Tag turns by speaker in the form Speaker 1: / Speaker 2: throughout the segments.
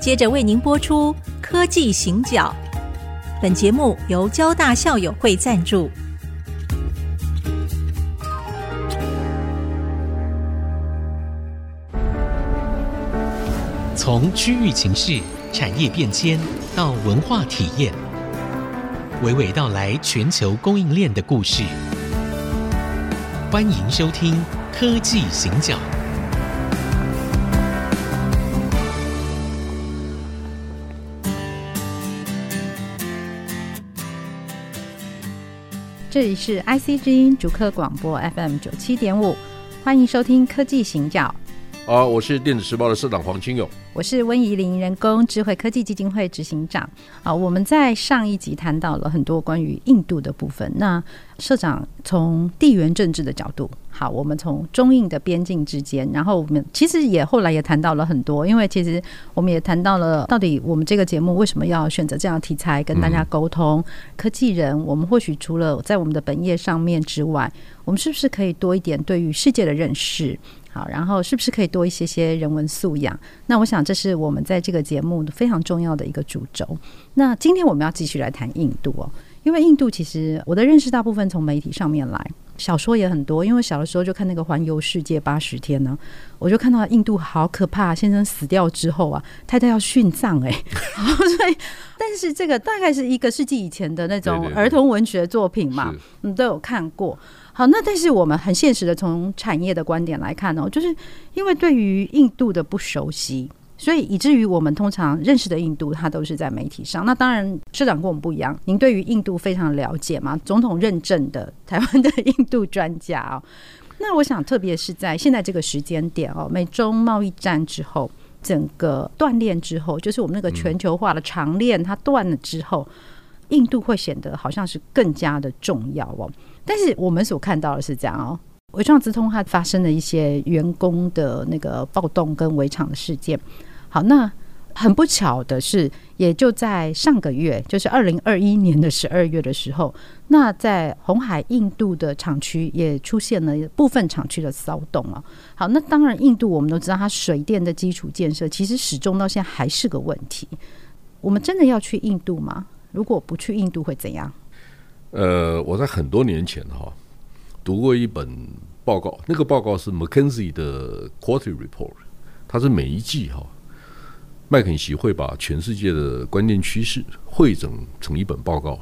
Speaker 1: 接着为您播出《科技行脚》。本节目由交大校友会赞助。
Speaker 2: 从区域情势、产业变迁到文化体验，娓娓道来全球供应链的故事。欢迎收听《科技行脚》。
Speaker 3: 这里是 IC 之音主客广播 FM 九七点五，欢迎收听《科技行脚》。
Speaker 4: 啊，我是电子时报的社长黄清勇。
Speaker 3: 我是温怡玲，人工智慧科技基金会执行长。啊，我们在上一集谈到了很多关于印度的部分。那社长从地缘政治的角度，好，我们从中印的边境之间，然后我们其实也后来也谈到了很多，因为其实我们也谈到了到底我们这个节目为什么要选择这样的题材跟大家沟通。科技人，我们或许除了在我们的本业上面之外，我们是不是可以多一点对于世界的认识？好，然后是不是可以多一些些人文素养？那我想这是我们在这个节目非常重要的一个主轴。那今天我们要继续来谈印度哦，因为印度其实我的认识大部分从媒体上面来，小说也很多。因为小的时候就看那个《环游世界八十天》呢，我就看到印度好可怕，先生死掉之后啊，太太要殉葬哎、 然后所以但是这个大概是一个世纪以前的那种
Speaker 4: 对对对
Speaker 3: 儿童文学作品嘛，
Speaker 4: 是
Speaker 3: 嗯，都有看过。好，那但是我们很现实的从产业的观点来看哦，就是因为对于印度的不熟悉，所以以至于我们通常认识的印度，它都是在媒体上。那当然，社长跟我们不一样，您对于印度非常了解嘛？总统认证的台湾的印度专家哦。那我想，特别是在现在这个时间点哦，美中贸易战之后，整个断裂之后，就是我们那个全球化的长链它断了之后，印度会显得好像是更加的重要哦。但是我们所看到的是这样哦，微创直通它发生了一些员工的那个暴动跟围场的事件。好，那很不巧的是，也就在上个月，就是二零二一年的十二月的时候，那在红海印度的厂区也出现了部分厂区的骚动啊。好，那当然，印度我们都知道，它水电的基础建设其实始终到现在还是个问题。我们真的要去印度吗？如果不去印度会怎样？
Speaker 4: 呃，我在很多年前哈、读过一本报告，那个报告是 McKinsey 的 Quarterly Report，它是每一季哈、麦肯锡会把全世界的关键趋势汇整成一本报告。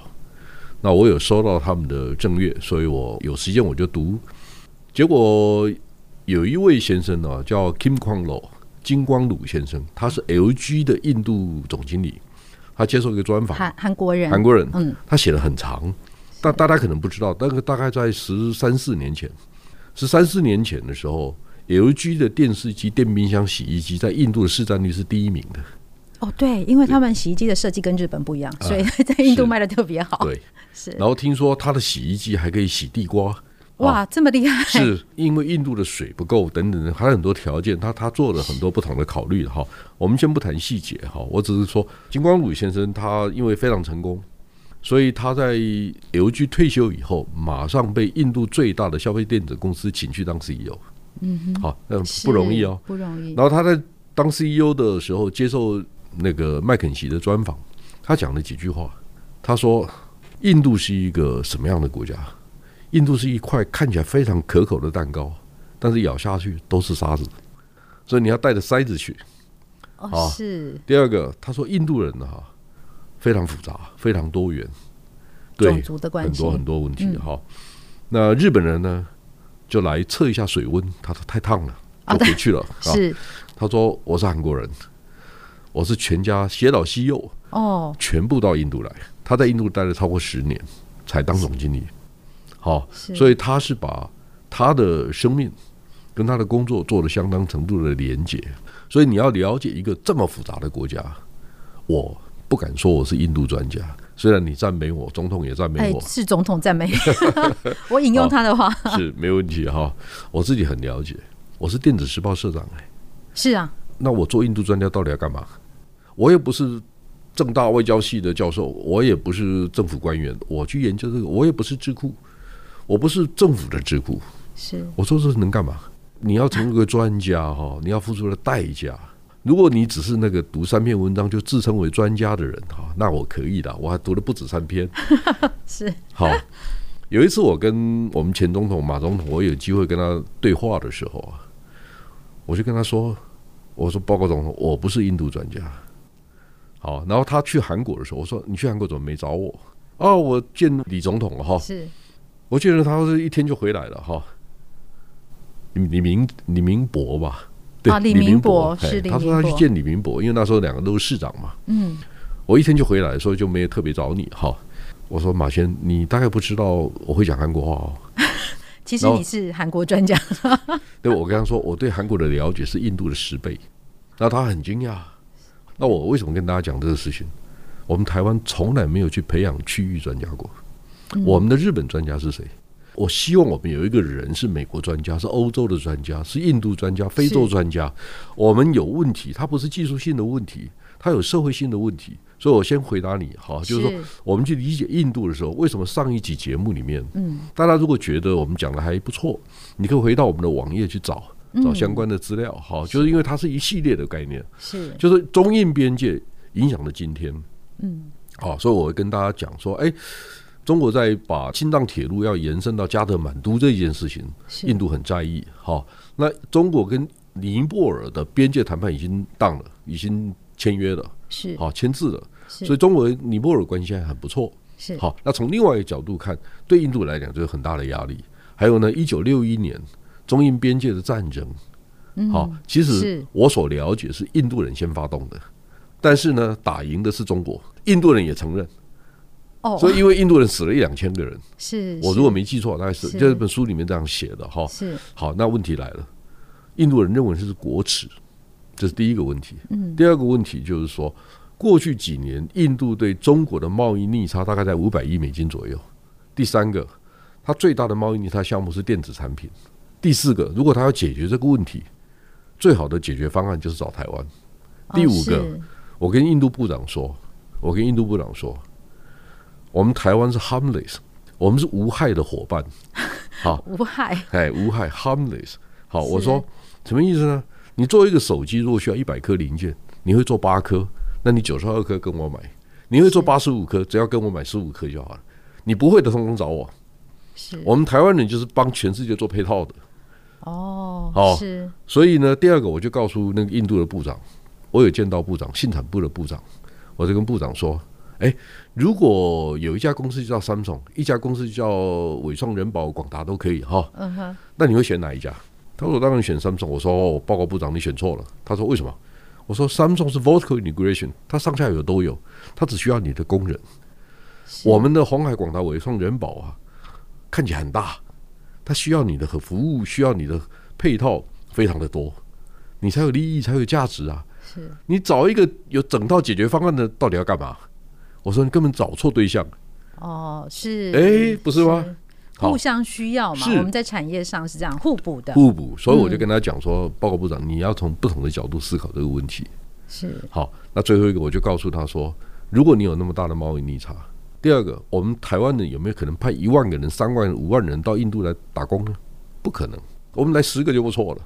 Speaker 4: 那我有收到他们的正月，所以我有时间我就读。结果有一位先生呢、叫 Kim Kwang Lo 金光鲁先生，他是 LG 的印度总经理，他接受一个专访，
Speaker 3: 韩韩国人，
Speaker 4: 哦韩国人，
Speaker 3: 嗯，
Speaker 4: 他写的很长，但大家可能不知道，那个大概在十三四年前，十三四年前的时候，LG 的电视机、电冰箱、洗衣机在印度的市占率是第一名的。
Speaker 3: 哦，对，因为他们洗衣机的设计跟日本不一样，所以在印度卖的特别好。
Speaker 4: 啊对，
Speaker 3: 哦是
Speaker 4: 然后听说他的洗衣机还可以洗地瓜，
Speaker 3: 哇，这么厉害！
Speaker 4: 哦 是因为印度的水不够等等，还有很多条件，他他做了很多不同的考虑哈。我们先不谈细节哈，我只是说金光鲁先生他因为非常成功，所以他在 LG 退休以后，马上被印度最大的消费电子公司请去当 CEO。嗯好，那
Speaker 3: 是
Speaker 4: 不容易哦。
Speaker 3: 不容易。
Speaker 4: 然后他在当 CEO 的时候，接受那个麦肯锡的专访，他讲了几句话。他说：“印度是一个什么样的国家？印度是一块看起来非常可口的蛋糕，但是咬下去都是沙子，所以你要带着筛子去。
Speaker 3: 哦
Speaker 4: 啊，
Speaker 3: 是”
Speaker 4: 第二个，他说印度人呢、哈，非常复杂，非常多元，
Speaker 3: 种
Speaker 4: 对，
Speaker 3: 族的关
Speaker 4: 很
Speaker 3: 系嗯
Speaker 4: 多，很多问题哈、那日本人呢，就来测一下水温，他说太烫了，
Speaker 3: 哦
Speaker 4: 就
Speaker 3: 对
Speaker 4: 回 去了。啊
Speaker 3: 是
Speaker 4: 他说我是韩国人，我是全家斜倒西右，
Speaker 3: 哦，
Speaker 4: 全部到印度来。他在印度待了超过十年，才当总经理。好，
Speaker 3: 是
Speaker 4: 所以他是把他的生命跟他的工作做了相当程度的连结。所以你要了解一个这么复杂的国家，我不敢说我是印度专家，虽然你赞美我，总统也赞美
Speaker 3: 哎
Speaker 4: 我，，
Speaker 3: 是总统赞 美，我引用他的话，
Speaker 4: 是没问题哈。我自己很了解，我是电子时报社长哎、
Speaker 3: 是啊，
Speaker 4: 那我做印度专家到底要干嘛？我也不是正大外交系的教授，我也不是政府官员，我去研究这个，我也不是智库，我不是政府的智库，
Speaker 3: 是嗯
Speaker 4: 哦我说这能干嘛？你要成为个专家哈，你要付出的代价，如果你只是那个读三篇文章就自称为专家的人哈，那我可以的，我还读了不止三篇。
Speaker 3: 是
Speaker 4: 好，有一次我跟我们前总统马总统，我有机会跟他对话的时候啊，我就跟他说：“我说报告总统，我不是印度专家。”好，然后他去韩国的时候，我说：“你去韩国怎么没找我？”哦，我见李总统了哈，
Speaker 3: 是，
Speaker 4: 我记得他是一天就回来了哈。李李明李明博吧，对，
Speaker 3: 啊李
Speaker 4: 明
Speaker 3: 明博
Speaker 4: 嘿
Speaker 3: 是李
Speaker 4: 他说他
Speaker 3: 明
Speaker 4: 去
Speaker 3: 博
Speaker 4: 见李明博，因为那时候两个都是市长嘛。
Speaker 3: 嗯，
Speaker 4: 我一天就回来，所以就没有特别找你哈。我说马轩，你大概不知道我会讲韩国话哦。
Speaker 3: 其实
Speaker 4: 然后
Speaker 3: 你是韩国专家，
Speaker 4: 对，我跟他说我对韩国的了解是印度的十倍，那他很惊讶。那我为什么跟大家讲这个事情？我们台湾从来没有去培养区域专家过。我们的日本专家是谁？我希望我们有一个人是美国专家，是欧洲的专家，是印度专家、非洲专家。我们有问题，它不是技术性的问题，它有社会性的问题。所以我先回答你，好，就是说
Speaker 3: 是
Speaker 4: 我们去理解印度的时候，为什么上一集节目里面，
Speaker 3: 嗯，
Speaker 4: 大家如果觉得我们讲的还不错，你可以回到我们的网页去找
Speaker 3: 嗯
Speaker 4: 找相关的资料，好，就是因为它是一系列的概念，
Speaker 3: 是
Speaker 4: 就是中印边界影响了今天，
Speaker 3: 嗯，
Speaker 4: 好，所以我会跟大家讲说，哎，中国在把青藏铁路要延伸到加德满都这件事情，
Speaker 3: 是
Speaker 4: 印度很在意，好，那中国跟尼泊尔的边界谈判已经当了，已经签约了，
Speaker 3: 是
Speaker 4: 好，签字了，
Speaker 3: 是
Speaker 4: 所以中国跟尼泊尔关系还很不错，
Speaker 3: 是
Speaker 4: 好，那从另外一个角度看，对印度来讲就是很大的压力。还有呢，一九六一年中印边界的战争，好、其实
Speaker 3: 嗯是
Speaker 4: 我所了解是印度人先发动的，但是呢，打赢的是中国，印度人也承认。
Speaker 3: 哦，
Speaker 4: 所以因为印度人死了一两千个人，
Speaker 3: 是
Speaker 4: 我
Speaker 3: 是
Speaker 4: 如果没记错，大概是
Speaker 3: 是
Speaker 4: 这本书里面这样写的哈。
Speaker 3: 是
Speaker 4: 好，那问题来了，印度人认为这是国耻，这是第一个问题。嗯，第二个问题就是说，过去几年印度对中国的贸易逆差大概在五百亿美金左右。第三个，它最大的贸易逆差项目是电子产品。第四个，如果它要解决这个问题，最好的解决方案就是找台湾。第五个
Speaker 3: 哦
Speaker 4: 我跟印度部长说，我跟印度部长说，我们台湾是 harmless，我们是无害的伙伴。好，
Speaker 3: 是无害，
Speaker 4: 哎，无害 harmless。好，
Speaker 3: 是
Speaker 4: 我说什么意思呢？你做一个手机，如果需要一百颗零件，你会做八颗，那你九十二颗跟我买；你会做八十五颗，只要跟我买十五颗就好了。你不会的，通通找我。
Speaker 3: 是
Speaker 4: 我们台湾人就是帮全世界做配套的。
Speaker 3: 哦
Speaker 4: 好
Speaker 3: 是
Speaker 4: 所以呢，第二个我就告诉那个印度的部长，我有见到部长，信产部的部长，我就跟部长说，哎，如果有一家公司叫 Samsung，一家公司叫伟创、人保、广达都可以哈，
Speaker 3: 嗯哼
Speaker 4: 那你会选哪一家？他说我当然选 Samsung。我说哦，报告部长，你选错了。他说为什么？我说 Samsung 是 vertical integration，它上下游都有，它只需要你的工人。我们的红海、广达、伟创、人保啊，看起来很大，它需要你的和服务，需要你的配套非常的多，你才有利益，才有价值啊。
Speaker 3: 是
Speaker 4: 你找一个有整套解决方案的，到底要干嘛？我说你根本找错对象。
Speaker 3: 哦是
Speaker 4: 哎不是吗？好
Speaker 3: 互相需要嘛，
Speaker 4: 是
Speaker 3: 我们在产业上是这样互补的，
Speaker 4: 互补，所以我就跟他讲说，报告部长，你要从不同的角度思考这个问题。
Speaker 3: 是
Speaker 4: 好，那最后一个我就告诉他说，如果你有那么大的贸易逆差，第二个，我们台湾人有没有可能派一万个人、三万人、五万人到印度来打工呢？不可能，我们来十个就不错了。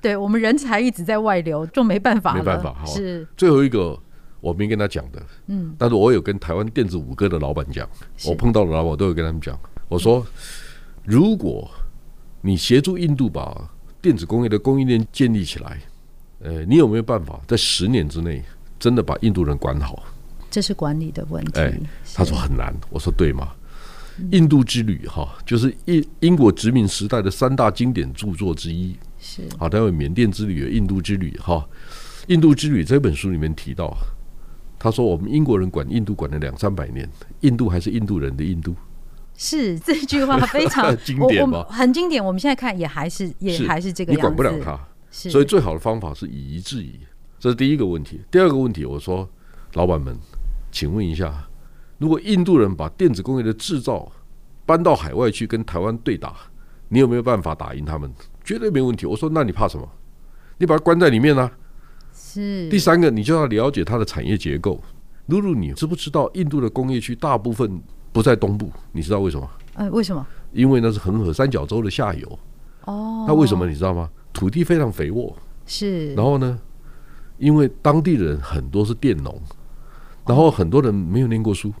Speaker 3: 对我们人才一直在外流，就没办法了，
Speaker 4: 没办法好
Speaker 3: 是
Speaker 4: 最后一个我没跟他讲的，
Speaker 3: 嗯，
Speaker 4: 但是我有跟台湾电子五哥的老板讲，我碰到的老板我都有跟他们讲，我说，如果你协助印度把电子工业的供应链建立起来，呃，你有没有办法在十年之内真的把印度人管好？
Speaker 3: 这是管理的问题。
Speaker 4: 哎
Speaker 3: 是嗯
Speaker 4: 他说很难，我说对吗？印度之旅哈，就是英英国殖民时代的三大经典著作之一。
Speaker 3: 是
Speaker 4: 好，待会缅甸之旅、有印度之旅哈，《印度之旅》这本书里面提到，啊他说我们英国人管印度管了两三百年，印度还是印度人的印度。
Speaker 3: 是这句话非常
Speaker 4: 经典
Speaker 3: 我我
Speaker 4: 吧
Speaker 3: 们很经典。我们现在看也还是也
Speaker 4: 是
Speaker 3: 还是这个
Speaker 4: 你
Speaker 3: 样子，
Speaker 4: 管不了他。
Speaker 3: 是
Speaker 4: 所以最好的方法是以夷制夷，这是第一个问题。第二个问题，我说，老板们，请问一下，如果印度人把电子工业的制造搬到海外去跟台湾对打，你有没有办法打赢他们？绝对没问题。我说，那你怕什么？你把它关在里面呢、啊第
Speaker 3: 是
Speaker 4: 三个，你就要了解它的产业结构。露露，你知不知道印度的工业区大部分不在东部？你知道为什么？
Speaker 3: 呃为什么？
Speaker 4: 因为那是恒河三角洲的下游。
Speaker 3: 哦，
Speaker 4: 那为什么你知道吗？土地非常肥沃，
Speaker 3: 是
Speaker 4: 然后呢，因为当地人很多是佃农，然后很多人没有念过书，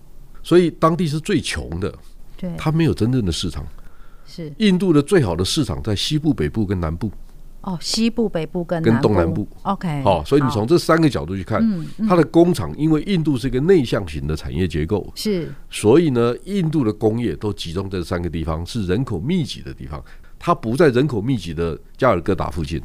Speaker 4: 所以当地是最穷的，
Speaker 3: 对，
Speaker 4: 它没有真正的市场。
Speaker 3: 是
Speaker 4: 印度的最好的市场在西部、北部跟南部，
Speaker 3: 哦，西部、北部跟
Speaker 4: 跟东
Speaker 3: 南
Speaker 4: 南部
Speaker 3: OK，
Speaker 4: 好，哦所以你从这三个角度去看
Speaker 3: 嗯，
Speaker 4: 它的工厂，因为印度是一个内向型的产业结构，
Speaker 3: 是
Speaker 4: 所以呢，印度的工业都集中在三个地方，是人口密集的地方。它不在人口密集的加尔各答附近，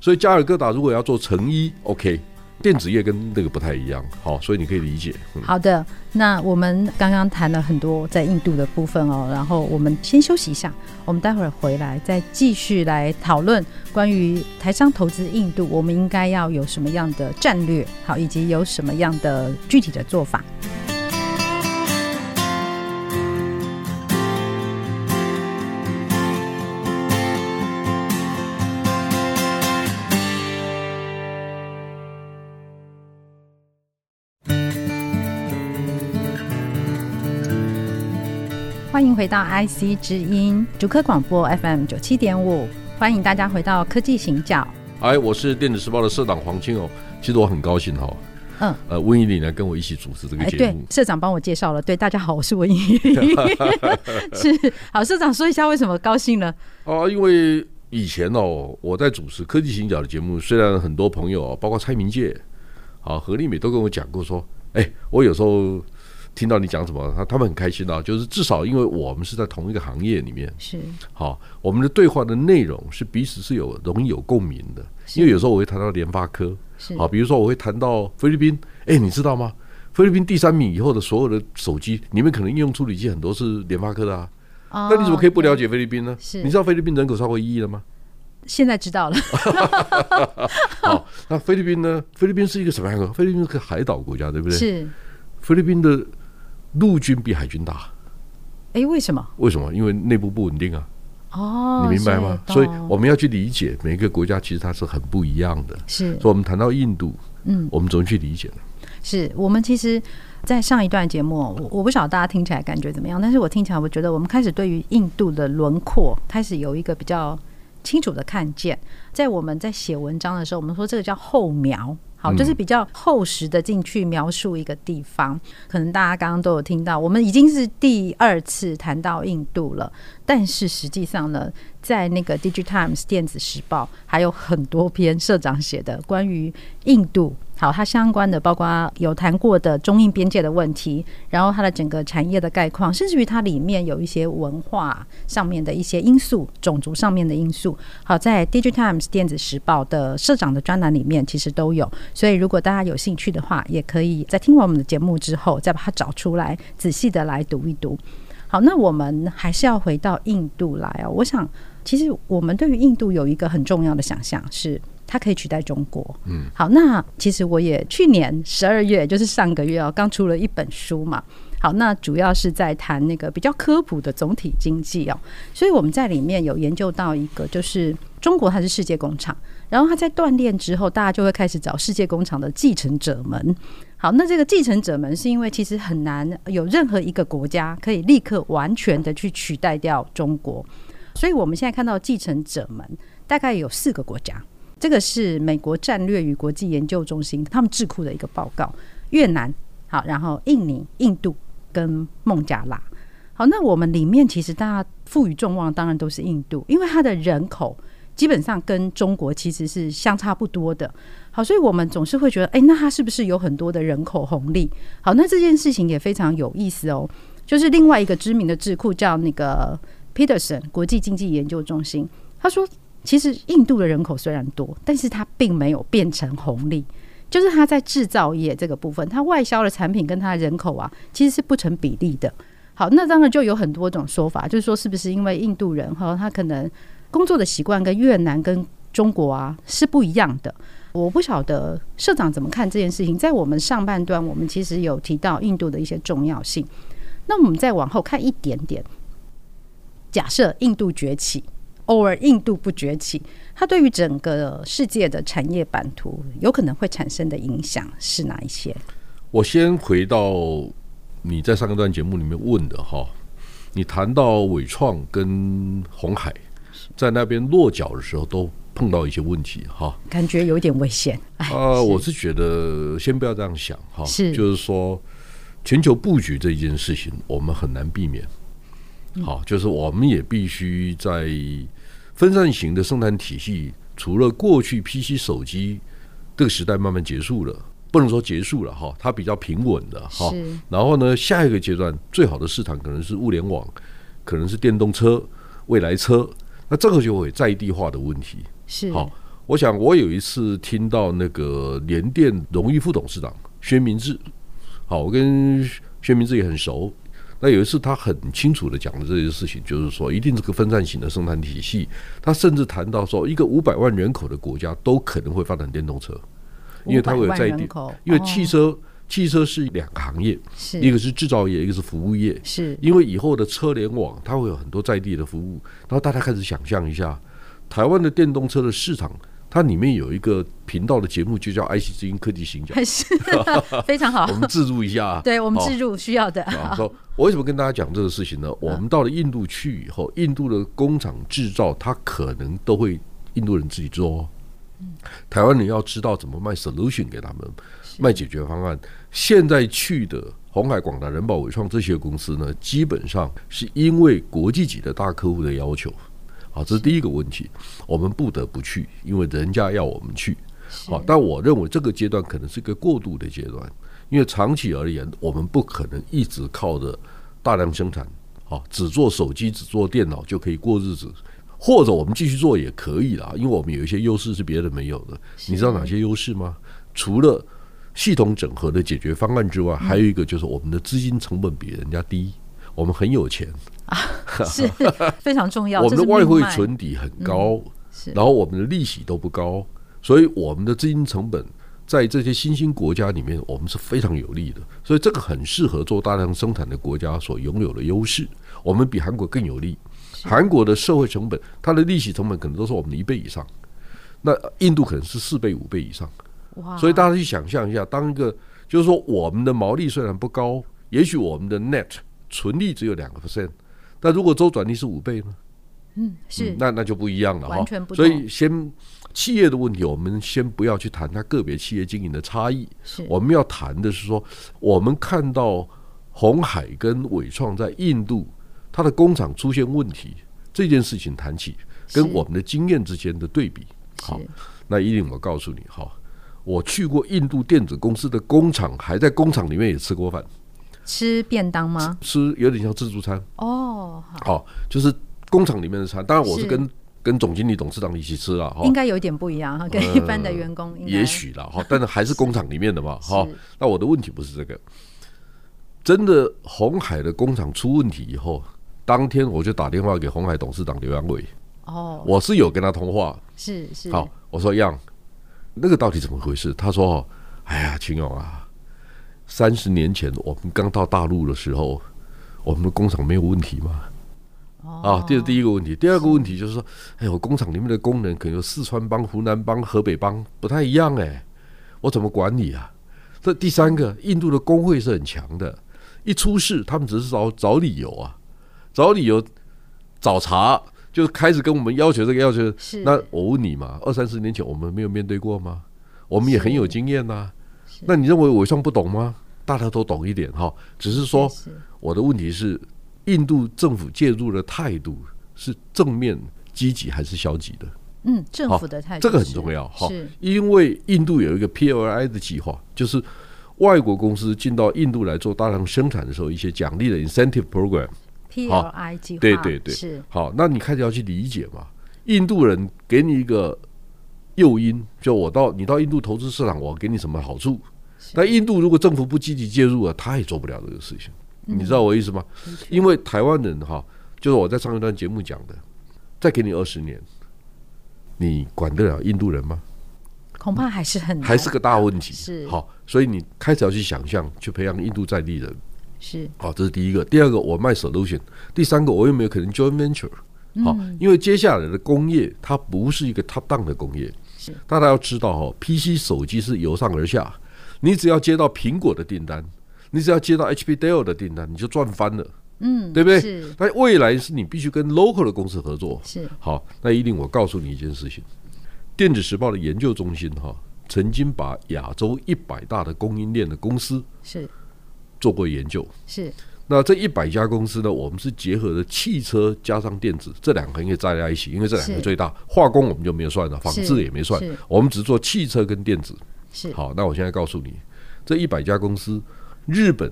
Speaker 4: 所以加尔各答如果要做成衣，OK，电子业跟那个不太一样，好，所以你可以理解。嗯
Speaker 3: 好的，那我们刚刚谈了很多在印度的部分哦，然后我们先休息一下，我们待会儿回来再继续来讨论关于台商投资印度，我们应该要有什么样的战略，好，以及有什么样的具体的做法。欢迎回到 IC 之音主科广播 FM 九七点五，欢迎大家回到科技行脚。
Speaker 4: 哎，我是电子时报的社长黄清哦，其实我很高兴哈，
Speaker 3: 嗯，
Speaker 4: 呃，温怡你来跟我一起主持这个
Speaker 3: 哎，
Speaker 4: 节
Speaker 3: 对
Speaker 4: 目，。
Speaker 3: 社长帮我介绍了。对，大家好，我是文 怡。是，好，社长说一下为什么高兴呢？
Speaker 4: 啊，因为以前哦，我在主持科技行脚的节目，虽然很多朋友，哦包括蔡明介、啊何丽美都跟我讲过说，哎，我有时候听到你讲什么，他他们很开心啊，就是至少因为我们是在同一个行业里面，
Speaker 3: 是
Speaker 4: 好、我们的对话的内容是彼此是有容易有共鸣的，因为有时候我会谈到联发科，啊
Speaker 3: 是
Speaker 4: 好、比如说我会谈到菲律宾，哎，你知道吗？菲律宾第三名以后的所有的手机，里面可能应用处理器很多是联发科的啊，
Speaker 3: 哦
Speaker 4: 那你怎么可以不了解菲律宾呢？
Speaker 3: 是
Speaker 4: 你知道菲律宾人口超过一亿 了吗？
Speaker 3: 现在知道了，
Speaker 4: 好，哦那菲律宾呢？菲律宾是一个什么样的？菲律宾是个海岛国家，对不 对？
Speaker 3: 是。
Speaker 4: 菲律宾的陆军比海军大，
Speaker 3: 哎，为什么？
Speaker 4: 为什么？因为内部不稳定啊，
Speaker 3: 哦，
Speaker 4: 你明白吗？所以我
Speaker 3: 们
Speaker 4: 们要去理解每个国家其实它是很不一样的。
Speaker 3: 是
Speaker 4: 所以我们谈到印度，
Speaker 3: 嗯，
Speaker 4: 我们怎么去理解呢？
Speaker 3: 是我们其实，在上一段节目，我我不晓得大家听起来感觉怎么样，但是我听起来，我觉得我们开始对于印度的轮廓开始有一个比较清楚的看见。在我们在写文章的时候，我们说这个叫后描。好，
Speaker 4: 嗯
Speaker 3: 就是比较厚实的进去描述一个地方，可能大家刚刚都有听到，我们已经是第二次谈到印度了，但是实际上呢，在那个《Digitimes》电子时报还有很多篇社长写的关于印度。好，它相关的包括有谈过的中印边界的问题，然后它的整个产业的概况，甚至于它里面有一些文化上面的一些因素、种族上面的因素。好，在《Digitimes》电子时报的社长的专栏里面其实都有，所以如果大家有兴趣的话，也可以在听完我们的节目之后，再把它找出来，仔细的来读一读。好，那我们还是要回到印度来哦。我想，其实我们对于印度有一个很重要的想象是。它可以取代中国。嗯，好，那其实我也去年十二月，就是上个月哦，刚出了一本书嘛。好，那主要是在谈那个比较科普的总体经济哦。所以我们在里面有研究到一个，就是中国它是世界工厂，然后它在锻炼之后，大家就会开始找世界工厂的继承者们。好，那这个继承者们是因为其实很难有任何一个国家可以立刻完全的去取代掉中国，所以我们现在看到继承者们大概有四个国家，这个是美国战略与国际研究中心他们智库的一个报告，越南好，然后印尼、印度跟孟加拉。好，那我们里面其实大家赋予众望，当然都是印度，因为它的人口基本上跟中国其实是相差不多的。好，所以我们总是会觉得，哎，那它是不是有很多的人口红利？好，那这件事情也非常有意思哦。就是另外一个知名的智库叫那个 Peterson 国际经济研究中心，他说，其实印度的人口虽然多，但是它并没有变成红利。就是它在制造业这个部分，它外销的产品跟它的人口啊，其实是不成比例的。好，那当然就有很多种说法，就是说是不是因为印度人哈，他可能工作的习惯跟越南跟中国啊是不一样的。我不晓得社长怎么看这件事情。在我们上半段，我们其实有提到印度的一些重要性。那我们再往后看一点点，假设印度崛起，偶尔印度不崛起，它对于整个世界的产业版图有可能会产生的影响是哪一些？
Speaker 4: 我先回到你在上一段节目里面问的哈，你谈到伟创跟红海在那边落脚的时候都碰到一些问题哈。
Speaker 3: 感觉有点危险。哎
Speaker 4: 啊，我是觉得先不要这样想哈，
Speaker 3: 是
Speaker 4: 就是说全球布局这一件事情，我们很难避免。
Speaker 3: 嗯
Speaker 4: 好，就是我们也必须在分散型的生产体系，除了过去 PC 手机这个时代慢慢结束了，不能说结束了哈，它比较平稳的哈
Speaker 3: 是。
Speaker 4: 然后呢，下一个阶段最好的市场可能是物联网，可能是电动车、未来车，那这个就会有在地化的问题。
Speaker 3: 是
Speaker 4: 好，我想我有一次听到那个联电荣誉副董事长薛明志，好，我跟薛明志也很熟。那有一次他很清楚的讲了这些事情，就是说一定是个分散型的生产体系。他甚至谈到说，一个五百万人口的国家都可能会发展电动车，因为它会有
Speaker 3: 500万
Speaker 4: 在
Speaker 3: 人
Speaker 4: 地
Speaker 3: 口，
Speaker 4: 因为
Speaker 3: 哦
Speaker 4: 汽车、汽车是两个行业，
Speaker 3: 是
Speaker 4: 一个是制造业，一个是服务业。
Speaker 3: 是》，
Speaker 4: 因为以后的车联网，它会有很多在地的服务，然后大家开始想象一下，台湾的电动车的市场，它里面有一个频道的节目就叫《IC 之音科技行脚
Speaker 3: 是非常好。
Speaker 4: 我。们自助一下啊
Speaker 3: 对我们
Speaker 4: 好
Speaker 3: 置入需要 的，
Speaker 4: 啊，说我为什么跟大家讲这个事情呢？我们到了印度去以后，印度的工厂制造，它可能都会印度人自己做、哦。台湾人要知道怎么卖 solution 给他们，卖解决方案。现在去的红海、广达、人保、伟创这些公司呢，基本上是因为国际级的大客户的要求。好，这是第一个问题，我们不得不去，因为人家要我们去。好，但我认为这个阶段可能是一个过渡的阶段，因为长期而言，我们不可能一直靠着大量生产，好，只做手机、只做电脑就可以过日子，或者我们继续做也可以啦，因为我们有一些优势是别人没有的。你知道哪些优势吗？除了系统整合的解决方案之外，还有一个就是我们的资金成本比人家低，我们很有钱，
Speaker 3: 是非常重要。
Speaker 4: 我们
Speaker 3: 这
Speaker 4: 的
Speaker 3: 是
Speaker 4: 外汇
Speaker 3: 命脉嗯
Speaker 4: 存底很高，
Speaker 3: 是
Speaker 4: 然后我们的利息都不高，所以我们的资金成本在这些新兴国家里面，我们是非常有利的。所以这个很适合做大量生产的国家所拥有的优势，我们比韩国更有利。韩国的社会成本，它的利息成本可能都是我们的一倍以上，那印度可能是四倍、五倍以上。
Speaker 3: 哇，
Speaker 4: 所以大家去想象一下，当一个就是说我们的毛利虽然不高，也许我们的 net 纯利只有两个 percent，但如果周转率是五倍呢？
Speaker 3: 是
Speaker 4: 嗯那那就不一样了哈，
Speaker 3: 完全不同
Speaker 4: 所以先企业的问题，我们先不要去谈它个别企业经营的差异，
Speaker 3: 是
Speaker 4: 我们要谈的是说，我们看到红海跟伟创在印度它的工厂出现问题这件事情谈起，跟
Speaker 3: 是
Speaker 4: 我们的经验之间的对比。好，那一定我告诉你哈。我去过印度电子公司的工厂，还在工厂里面也吃过饭，
Speaker 3: 吃便当吗？
Speaker 4: 吃有点像自助餐，
Speaker 3: 哦，好
Speaker 4: 好、就是工厂里面的餐。当然，我是
Speaker 3: 是
Speaker 4: 跟跟总经理、董事长一起吃啊了哈。
Speaker 3: 应该有点不一样哈，跟一般的员工应该
Speaker 4: 呃也许啦， 哈，但是还是工厂里面的嘛，哈
Speaker 3: 是。
Speaker 4: 那我的问题不是这个，真的红海的工厂出问题以后，当天我就打电话给红海董事长刘阳伟，
Speaker 3: 哦，
Speaker 4: 我是有跟他通话，
Speaker 3: 是是
Speaker 4: 好，我说样，那个到底怎么回事？他说哦，哎呀，秦勇啊，三十年前我们刚到大陆的时候，我们的工厂没有问题吗？啊，这是第一个问题。第二个问题就是说，哎，我工厂里面的工人可能有四川帮、湖南帮、河北帮，不太一样哎，我怎么管理啊？这第三个，印度的工会是很强的，一出事他们只是找找理由啊，找理由找茬，就开始跟我们要求这个要求
Speaker 3: 是。
Speaker 4: 那我问你嘛，二三十年前我们没有面对过吗？我们也很有经验呐、啊那你认为伟创不懂吗？大家都懂一点哈，只是说
Speaker 3: 是
Speaker 4: 我的问题是，印度政府介入的态度是正面、积极还是消极的？
Speaker 3: 嗯，政
Speaker 4: 好
Speaker 3: 府的态度
Speaker 4: 这个很
Speaker 3: 是
Speaker 4: 重要哈
Speaker 3: 是，
Speaker 4: 因为印度有一个 PLI 的计划，就是外国公司进到印度来做大量生产的时候，一些奖励的 incentive program。
Speaker 3: PLI 计划，
Speaker 4: 对对对
Speaker 3: 是
Speaker 4: 好，那你开始要去理解嘛，印度人给你一个诱因，就我到你到印度投资市场，我给你什么好处？但印度如果政府不积极介入啊，他也做不了这个事情，你知道我意思吗？因为台湾人哈，就是我在上一段节目讲的，再给你二十年，你管得了印度人吗？
Speaker 3: 恐怕还是很难
Speaker 4: 还是个大问题。
Speaker 3: 嗯是
Speaker 4: 好，所以你开始要去想象，去培养印度在地人。
Speaker 3: 是
Speaker 4: 好，啊这是第一个。第二个，我卖 solution。第三个，我有没有可能 joint venture？好、
Speaker 3: 嗯
Speaker 4: 因为接下来的工业它不是一个 top down 的工业
Speaker 3: 是，
Speaker 4: 大家要知道哈、哦、，PC 手机是由上而下，你只要接到苹果的订单，你只要接到 HP、Dell 的订单，你就赚翻了，
Speaker 3: 嗯，
Speaker 4: 对不对
Speaker 3: 是？
Speaker 4: 但未来是你必须跟 local 的公司合作。
Speaker 3: 是
Speaker 4: 好，那一定我告诉你一件事情，电子时报的研究中心哈、曾经把亚洲一百大的供应链的公司
Speaker 3: 是
Speaker 4: 做过研究。
Speaker 3: 是
Speaker 4: 那这一百家公司呢，我们是结合了汽车加上电子这两个行业加在一起，因为这两个
Speaker 3: 是
Speaker 4: 最大。化工我们就没有算了，纺织也没算
Speaker 3: 是，
Speaker 4: 我们只做汽车跟电子。
Speaker 3: 是
Speaker 4: 好，那我现在告诉你，这一百家公司，日本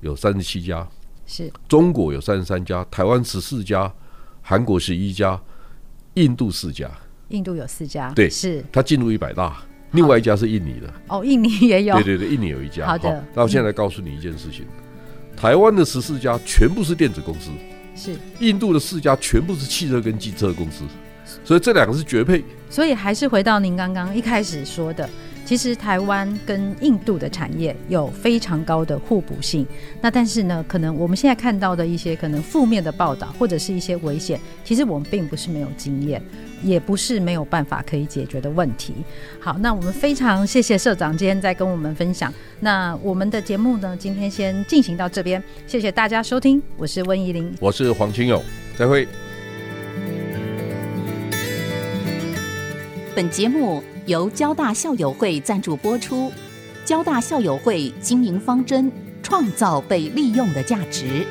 Speaker 4: 有三十七家，
Speaker 3: 是
Speaker 4: 中国有三十三家，台湾十四家，韩国十一家，印度四家，
Speaker 3: 印度有四家，
Speaker 4: 对
Speaker 3: 是
Speaker 4: 它进入一百大。另外一家是印尼的，
Speaker 3: 哦，印尼也有
Speaker 4: 对对对，印尼有一家。
Speaker 3: 好的
Speaker 4: 那我现在来告诉你一件事情，台湾的十四家全部是电子公司。
Speaker 3: 是，
Speaker 4: 印度的四家全部是汽车跟机车公司，所以这两个是绝配。
Speaker 3: 所以还是回到您刚刚一开始说的，其实台湾跟印度的产业有非常高的互补性。那但是呢，可能我们现在看到的一些可能负面的报道或者是一些危险，其实我们并不是没有经验，也不是没有办法可以解决的问题。好，那我们非常谢谢社长今天在跟我们分享。那我们的节目呢，今天先进行到这边，谢谢大家收听，我是温怡玲。
Speaker 4: 我是黄清勇，再会。
Speaker 5: 本节目由交大校友会赞助播出。交大校友会经营方针：创造被利用的价值。